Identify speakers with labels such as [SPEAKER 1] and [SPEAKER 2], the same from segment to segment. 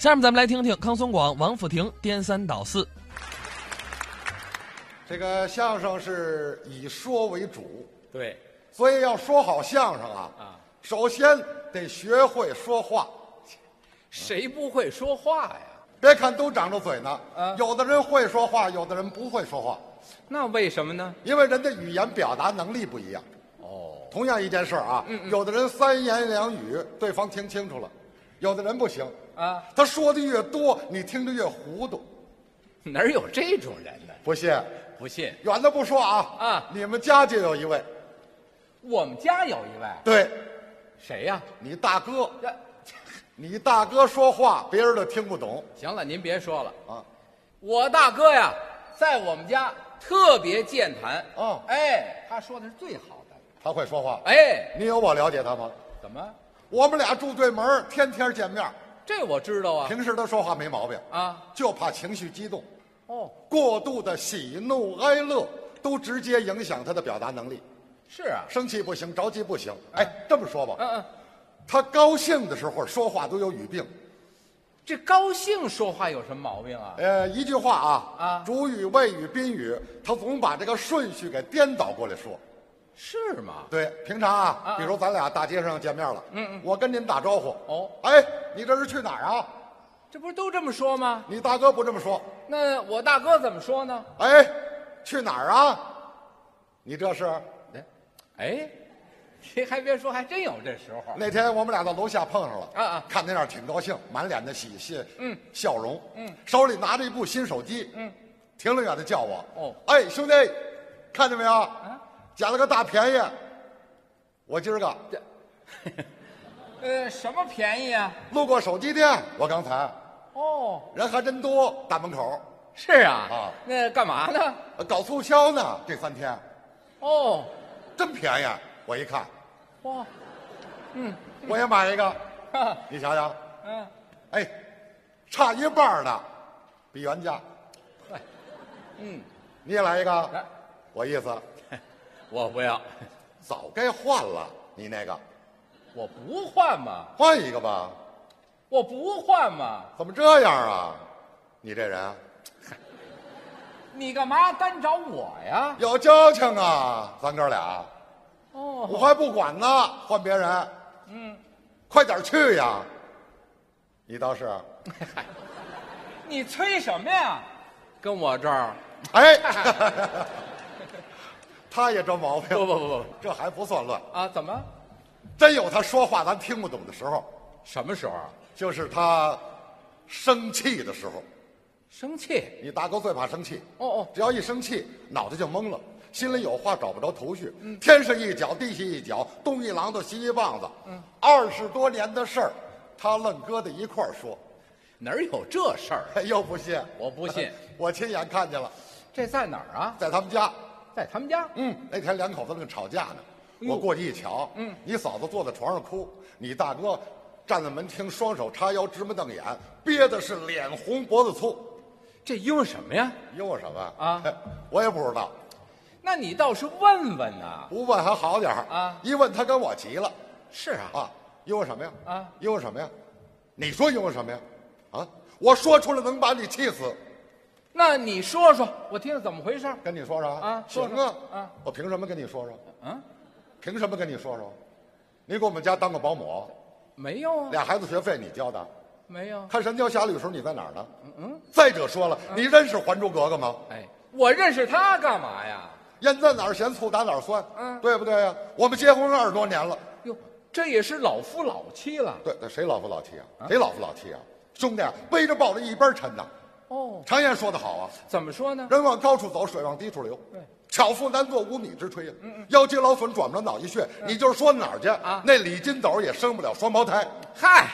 [SPEAKER 1] 下面咱们来听听康松广、王府亭颠三倒四。
[SPEAKER 2] 这个相声是以说为主，
[SPEAKER 3] 对，
[SPEAKER 2] 所以要说好相声啊，
[SPEAKER 3] 啊
[SPEAKER 2] 首先得学会说话。
[SPEAKER 3] 谁不会说话呀？
[SPEAKER 2] 别看都长着嘴呢，
[SPEAKER 3] 啊
[SPEAKER 2] 有的人会说话，有的人不会说话，
[SPEAKER 3] 那为什么呢？
[SPEAKER 2] 因为人的语言表达能力不一样。
[SPEAKER 3] 哦，嗯
[SPEAKER 2] 同样一件事儿啊，有的人三言两语对方听清楚了，有的人不行
[SPEAKER 3] 啊。
[SPEAKER 2] 他说的越多，你听着越糊涂。
[SPEAKER 3] 哪儿有这种人呢？
[SPEAKER 2] 不信，
[SPEAKER 3] 不信，
[SPEAKER 2] 远的不说啊，
[SPEAKER 3] 啊
[SPEAKER 2] 你们家就有一位，
[SPEAKER 3] 我们家有一位，
[SPEAKER 2] 对
[SPEAKER 3] 谁呀、
[SPEAKER 2] 你大哥，
[SPEAKER 3] 呀
[SPEAKER 2] 你大哥说话别人都听不懂
[SPEAKER 3] 行了，您别说了，
[SPEAKER 2] 啊。
[SPEAKER 3] 我大哥呀，在我们家特别健谈。
[SPEAKER 2] 哦
[SPEAKER 3] 哎，他说的是最好的。
[SPEAKER 2] 他会说话，
[SPEAKER 3] 哎，
[SPEAKER 2] 你有我了解他吗？
[SPEAKER 3] 怎么？
[SPEAKER 2] 我们俩住对门儿，天天见面儿，
[SPEAKER 3] 这我知道啊。
[SPEAKER 2] 平时他说话没毛病，
[SPEAKER 3] 啊，
[SPEAKER 2] 就怕情绪激动，
[SPEAKER 3] 哦，
[SPEAKER 2] 过度的喜怒哀乐都直接影响他的表达能力。
[SPEAKER 3] 是啊，
[SPEAKER 2] 生气不行，着急不行。哎，这么说吧，
[SPEAKER 3] 嗯嗯，
[SPEAKER 2] 他高兴的时候说话都有语病。
[SPEAKER 3] 这高兴说话有什么毛病啊？
[SPEAKER 2] 呃，一句话啊，
[SPEAKER 3] 啊
[SPEAKER 2] 主语、谓语、宾语，他总把这个顺序给颠倒过来说。
[SPEAKER 3] 是吗？
[SPEAKER 2] 对，平常啊，
[SPEAKER 3] 啊
[SPEAKER 2] 比如咱俩大街上见面了，嗯嗯，我跟您打招呼，
[SPEAKER 3] 哦
[SPEAKER 2] 哎，你这是去哪儿啊？
[SPEAKER 3] 这不是都这么说吗？
[SPEAKER 2] 你大哥不这么说，
[SPEAKER 3] 那我大哥怎么说呢？
[SPEAKER 2] 哎，去哪儿啊？你这是
[SPEAKER 3] 哎，您还别说，还真有这时候。
[SPEAKER 2] 那天我们俩到楼下碰上了，
[SPEAKER 3] 啊啊
[SPEAKER 2] 看那样挺高兴，满脸的喜喜，
[SPEAKER 3] 嗯，
[SPEAKER 2] 笑容，嗯，手里拿着一部新手机，嗯，停了远的叫我，
[SPEAKER 3] 哦
[SPEAKER 2] 哎，兄弟，看见没有？捡了个大便宜，我今儿个
[SPEAKER 3] 呃，什么便宜啊？
[SPEAKER 2] 路过手机店，我刚才
[SPEAKER 3] 哦，
[SPEAKER 2] 人还真多，大门口
[SPEAKER 3] 是啊，
[SPEAKER 2] 啊
[SPEAKER 3] 那干嘛呢？
[SPEAKER 2] 呃搞促销呢，这三天
[SPEAKER 3] 哦，
[SPEAKER 2] 真便宜，啊我一看
[SPEAKER 3] 哇，
[SPEAKER 2] 我也买一个，
[SPEAKER 3] 哈
[SPEAKER 2] 你想想，
[SPEAKER 3] 嗯，
[SPEAKER 2] 哎，差一半儿呢，比原价，
[SPEAKER 3] 哎嗯，
[SPEAKER 2] 你也来
[SPEAKER 3] 来
[SPEAKER 2] 一个，我意思。
[SPEAKER 3] 我不要，
[SPEAKER 2] 早该换了，你那个
[SPEAKER 3] 我不换嘛，
[SPEAKER 2] 换一个吧，
[SPEAKER 3] 我不换嘛，
[SPEAKER 2] 怎么这样啊？你这人
[SPEAKER 3] 你干嘛单找我呀？
[SPEAKER 2] 有交情啊，咱哥俩，我
[SPEAKER 3] 哦，
[SPEAKER 2] 还不管呢，换别人，
[SPEAKER 3] 嗯，
[SPEAKER 2] 快点去呀！你倒是，
[SPEAKER 3] 你催什么呀？跟我这儿？
[SPEAKER 2] 哎， 他也这毛
[SPEAKER 3] 不不
[SPEAKER 2] 病，
[SPEAKER 3] 不
[SPEAKER 2] 这还不算乱，
[SPEAKER 3] 不啊？怎么？
[SPEAKER 2] 真有他说话咱听不懂的时候，
[SPEAKER 3] 什么时候？啊
[SPEAKER 2] 就是他生气的时候。
[SPEAKER 3] 生气？
[SPEAKER 2] 你大哥最怕生气，
[SPEAKER 3] 哦哦，
[SPEAKER 2] 只要一生气，脑袋就懵了，心里有话找不着头绪，
[SPEAKER 3] 嗯
[SPEAKER 2] 天上一脚，地下一脚，东一榔头西一棒子，
[SPEAKER 3] 嗯
[SPEAKER 2] 二十多年的事儿，他愣搁在一块儿说，哎
[SPEAKER 3] 哪儿有这事儿？啊
[SPEAKER 2] 又不信，
[SPEAKER 3] 我不信
[SPEAKER 2] 我亲眼看见了，
[SPEAKER 3] 呃这在哪儿啊？
[SPEAKER 2] 在他们家，
[SPEAKER 3] 在他们家。
[SPEAKER 2] 嗯，那天两口子正吵架呢，
[SPEAKER 3] 哎呦
[SPEAKER 2] 我过去一瞧，嗯，你嫂子坐在床上哭，你大哥站在门厅，双手叉腰，直目瞪眼，憋的是脸红脖子粗，
[SPEAKER 3] 这因为什么呀？
[SPEAKER 2] 用什么
[SPEAKER 3] 啊？
[SPEAKER 2] 我也不知道。
[SPEAKER 3] 那你倒是问问呐、
[SPEAKER 2] 不问还好点儿
[SPEAKER 3] 啊
[SPEAKER 2] 一问他跟我急了
[SPEAKER 3] 是啊，
[SPEAKER 2] 啊，因为什么呀？
[SPEAKER 3] 啊，
[SPEAKER 2] 因为什么呀？你说因为什么呀？啊，我说出来能把你气死，
[SPEAKER 3] 那你说说，我听听怎么回事儿？
[SPEAKER 2] 跟你说说
[SPEAKER 3] 啊
[SPEAKER 2] 行
[SPEAKER 3] 说
[SPEAKER 2] 啊
[SPEAKER 3] 说，啊，
[SPEAKER 2] 我凭什么跟你说说？
[SPEAKER 3] 嗯，
[SPEAKER 2] 凭什么跟你说说？你给我们家当个保姆，
[SPEAKER 3] 没有啊，
[SPEAKER 2] 俩孩子学费你交的。
[SPEAKER 3] 没有。啊
[SPEAKER 2] 看《神雕侠侣》的时候你在哪儿呢？嗯嗯。再者说了，你认识《还珠格格》吗？
[SPEAKER 3] 哎，我认识他干嘛呀？
[SPEAKER 2] 盐在哪儿咸，醋打哪儿酸，
[SPEAKER 3] 嗯
[SPEAKER 2] 对不对呀？我们结婚二十多年了，
[SPEAKER 3] 哟，这也是老夫老妻了。
[SPEAKER 2] 对对，谁老夫老妻
[SPEAKER 3] 嗯
[SPEAKER 2] 啊？谁老夫老妻啊？兄弟啊，背着抱着一边沉呐。
[SPEAKER 3] 哦，
[SPEAKER 2] 常言说得好啊，
[SPEAKER 3] 怎么说呢？
[SPEAKER 2] 人往高处走，水往低处流。
[SPEAKER 3] 对，嗯
[SPEAKER 2] 巧妇难做无米之炊啊。腰肌劳损，转不了脑溢血。你就是说哪儿去
[SPEAKER 3] 啊
[SPEAKER 2] 那李金斗也生不了双胞胎，
[SPEAKER 3] 嗨，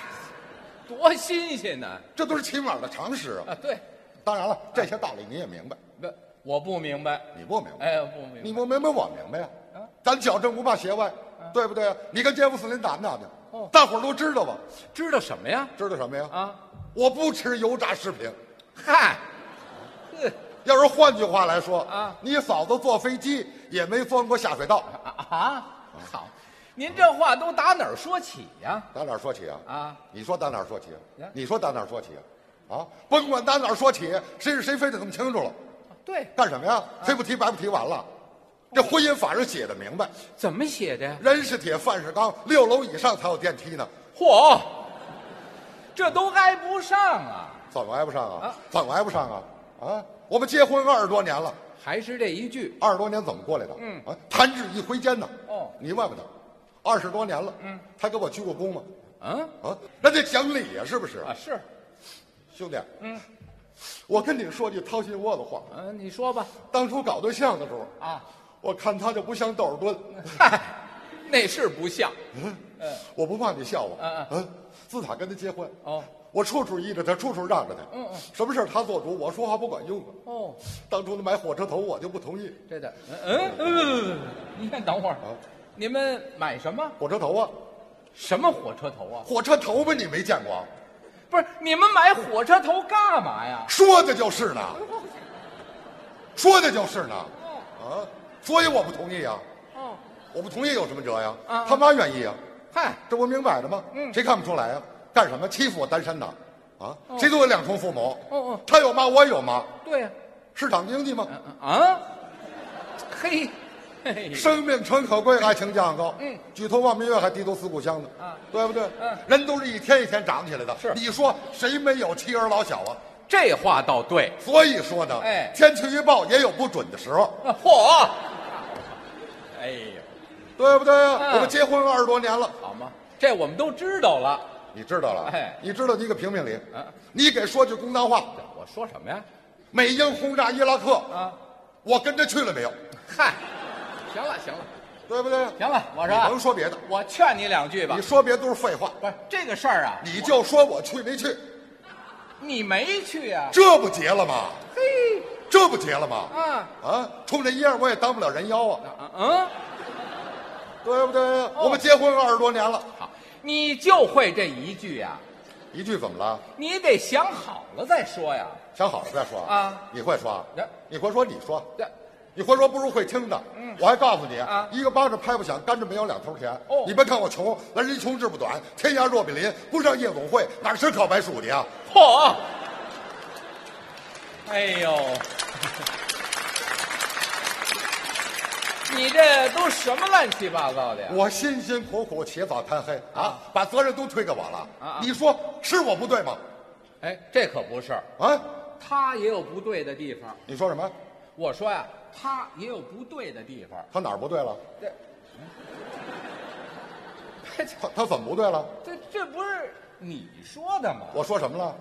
[SPEAKER 3] 多新鲜呢！
[SPEAKER 2] 这都是起码的常识啊。
[SPEAKER 3] 啊，对，
[SPEAKER 2] 当然了，这些道理你也明白，
[SPEAKER 3] 不，我不明白。
[SPEAKER 2] 你不明白，
[SPEAKER 3] 哎，不明白。
[SPEAKER 2] 你不明白我明白呀
[SPEAKER 3] 啊。
[SPEAKER 2] 咱矫正不怕邪歪，对不对啊？你跟杰夫斯林打闹去
[SPEAKER 3] 哦，
[SPEAKER 2] 大伙儿都知道吧？
[SPEAKER 3] 知道什么呀？
[SPEAKER 2] 知道什么呀？
[SPEAKER 3] 啊，
[SPEAKER 2] 我不吃油炸食品。
[SPEAKER 3] 嗨，呵
[SPEAKER 2] 要是换句话来说
[SPEAKER 3] 啊
[SPEAKER 2] 你嫂子坐飞机也没钻过下水道，
[SPEAKER 3] 啊啊，好，您这话都打哪儿说起呀、
[SPEAKER 2] 打哪儿说起啊？
[SPEAKER 3] 啊，
[SPEAKER 2] 你说打哪儿说起
[SPEAKER 3] 呀？
[SPEAKER 2] 你说打哪儿说起啊？啊，甭管打哪儿说起，谁是谁非得弄清楚了，
[SPEAKER 3] 对，
[SPEAKER 2] 干什么
[SPEAKER 3] 啊
[SPEAKER 2] 呀？非不提白不提，完了。这婚姻法上写的明白，
[SPEAKER 3] 怎么写的呀？
[SPEAKER 2] 人是铁，饭是钢，六楼以上才有电梯呢，
[SPEAKER 3] 嚯，这都挨不上啊！
[SPEAKER 2] 怎么挨不上啊
[SPEAKER 3] 啊？
[SPEAKER 2] 怎么挨不上啊？啊，我们结婚二十多年了，
[SPEAKER 3] 还是这一句，
[SPEAKER 2] 二十多年怎么过来的？
[SPEAKER 3] 嗯
[SPEAKER 2] 啊，弹指一挥间呢。
[SPEAKER 3] 哦
[SPEAKER 2] 你问问他，二十多年了，嗯，他给我鞠过躬吗？
[SPEAKER 3] 嗯
[SPEAKER 2] 啊，那得讲理呀，是不是？
[SPEAKER 3] 啊是，
[SPEAKER 2] 兄弟，嗯，我跟你说句掏心窝子话，
[SPEAKER 3] 嗯、你说吧
[SPEAKER 2] 当初搞对象的时候，
[SPEAKER 3] 啊，
[SPEAKER 2] 我看他就不像窦尔敦，
[SPEAKER 3] 嗨，那是不像，
[SPEAKER 2] 我不怕你笑我。
[SPEAKER 3] 嗯
[SPEAKER 2] 嗯，自打跟他结婚，
[SPEAKER 3] 哦
[SPEAKER 2] 我处处依着他，处处让着他。
[SPEAKER 3] 嗯嗯，
[SPEAKER 2] 什么事儿他做主，我说话不管用啊。
[SPEAKER 3] 哦，
[SPEAKER 2] 当初他买火车头，我就不同意。
[SPEAKER 3] 这的，嗯嗯，你先等会儿，
[SPEAKER 2] 啊
[SPEAKER 3] 你们买什么
[SPEAKER 2] 火车头啊，
[SPEAKER 3] 什么火车头啊？
[SPEAKER 2] 火车头吗？你没见过啊？
[SPEAKER 3] 不是，你们买火车头干嘛呀？
[SPEAKER 2] 说的就是呢，说的就是呢。啊，所以我不同意啊，
[SPEAKER 3] 哦，
[SPEAKER 2] 我不同意有什么辙呀？
[SPEAKER 3] 啊
[SPEAKER 2] 他妈愿意啊。
[SPEAKER 3] 嗨，
[SPEAKER 2] 这不明摆着吗？
[SPEAKER 3] 嗯
[SPEAKER 2] 谁看不出来啊？干什么欺负我单身呢？啊，谁都有两重父母。
[SPEAKER 3] 哦哦
[SPEAKER 2] 他有妈，我也有妈，
[SPEAKER 3] 对呀、
[SPEAKER 2] 市场经济嘛，
[SPEAKER 3] 啊，嘿，嘿，
[SPEAKER 2] 生命诚可贵，爱情价更高。
[SPEAKER 3] 嗯，
[SPEAKER 2] 举头望明月，还低头思故乡呢。
[SPEAKER 3] 啊
[SPEAKER 2] 对不对？
[SPEAKER 3] 嗯
[SPEAKER 2] 人都是一天一天长起来的。
[SPEAKER 3] 是
[SPEAKER 2] 你说谁没有妻儿老小啊？
[SPEAKER 3] 这话倒对。
[SPEAKER 2] 所以说呢，
[SPEAKER 3] 哎
[SPEAKER 2] 天气预报也有不准的时候，
[SPEAKER 3] 啊嚯！ 哎呦，
[SPEAKER 2] 对不对啊？
[SPEAKER 3] 嗯
[SPEAKER 2] 我们结婚二十多年了，
[SPEAKER 3] 好嘛，这我们都知道了。
[SPEAKER 2] 你知道了？
[SPEAKER 3] 嗯哎
[SPEAKER 2] 你知道你给评评理
[SPEAKER 3] 嗯，
[SPEAKER 2] 你给说句公道话，
[SPEAKER 3] 我说什么呀？
[SPEAKER 2] 美英轰炸伊拉克，
[SPEAKER 3] 啊，
[SPEAKER 2] 我跟着去了没有？
[SPEAKER 3] 嗨，行了行了
[SPEAKER 2] 对不对？
[SPEAKER 3] 行了，我
[SPEAKER 2] 你甭
[SPEAKER 3] 说啊
[SPEAKER 2] 说别的，
[SPEAKER 3] 我劝你两句吧
[SPEAKER 2] 你。说别都是废话，
[SPEAKER 3] 不是这个事儿啊，
[SPEAKER 2] 你就说我去没去，
[SPEAKER 3] 你没去呀、
[SPEAKER 2] 这不结了吗？
[SPEAKER 3] 嘿，
[SPEAKER 2] 这不结了吗？
[SPEAKER 3] 啊
[SPEAKER 2] 啊，冲这一样我也当不了人妖啊，
[SPEAKER 3] 嗯嗯，
[SPEAKER 2] 对不对？
[SPEAKER 3] 哦
[SPEAKER 2] 我们结婚二十多年了，
[SPEAKER 3] 好，你就会这一句呀、
[SPEAKER 2] 一句怎么了？
[SPEAKER 3] 你得想好了再说呀。
[SPEAKER 2] 想好了再说
[SPEAKER 3] 啊！
[SPEAKER 2] 你会说
[SPEAKER 3] 呀？
[SPEAKER 2] 你会说？你说？
[SPEAKER 3] 这
[SPEAKER 2] 你会说不如会听的。我还告诉你
[SPEAKER 3] 啊
[SPEAKER 2] 一个巴掌拍不响，甘蔗没有两头甜。
[SPEAKER 3] 哦
[SPEAKER 2] 你别看我穷，来人穷志不短，天涯若比邻。不上夜总会，哪是烤白薯的呀？
[SPEAKER 3] 嚯！哎 呦，你这都什么乱七八糟的呀？
[SPEAKER 2] 我辛辛苦苦起早贪黑啊
[SPEAKER 3] 啊，
[SPEAKER 2] 把责任都推给我了。
[SPEAKER 3] 啊啊
[SPEAKER 2] 你说是我不对吗？
[SPEAKER 3] 哎，这可不是，
[SPEAKER 2] 啊，
[SPEAKER 3] 他也有不对的地方。
[SPEAKER 2] 你说什么？
[SPEAKER 3] 我说呀、他也有不对的地方。
[SPEAKER 2] 他哪儿不对了？
[SPEAKER 3] 这，这
[SPEAKER 2] 他他怎么不对了？
[SPEAKER 3] 这这不是你说的吗？
[SPEAKER 2] 我说什么了？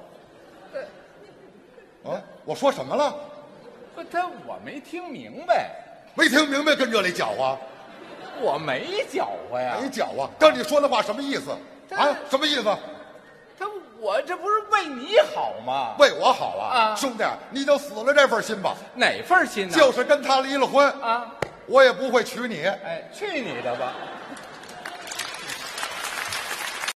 [SPEAKER 3] 这
[SPEAKER 2] 啊，我说什么了？
[SPEAKER 3] 不，他我没听明白，
[SPEAKER 2] 没听明白，跟这里搅和，
[SPEAKER 3] 我没搅和呀
[SPEAKER 2] 没。搅和。刚你说的话什么意思？
[SPEAKER 3] 这
[SPEAKER 2] 啊，什么意思？
[SPEAKER 3] 他我这不是为你好吗？
[SPEAKER 2] 为我好啊，
[SPEAKER 3] 啊
[SPEAKER 2] 兄弟，你就死了这份心吧。
[SPEAKER 3] 哪份心呢？
[SPEAKER 2] 就是跟他离了婚，
[SPEAKER 3] 啊。
[SPEAKER 2] 我也不会娶你。
[SPEAKER 3] 哎，去你的吧！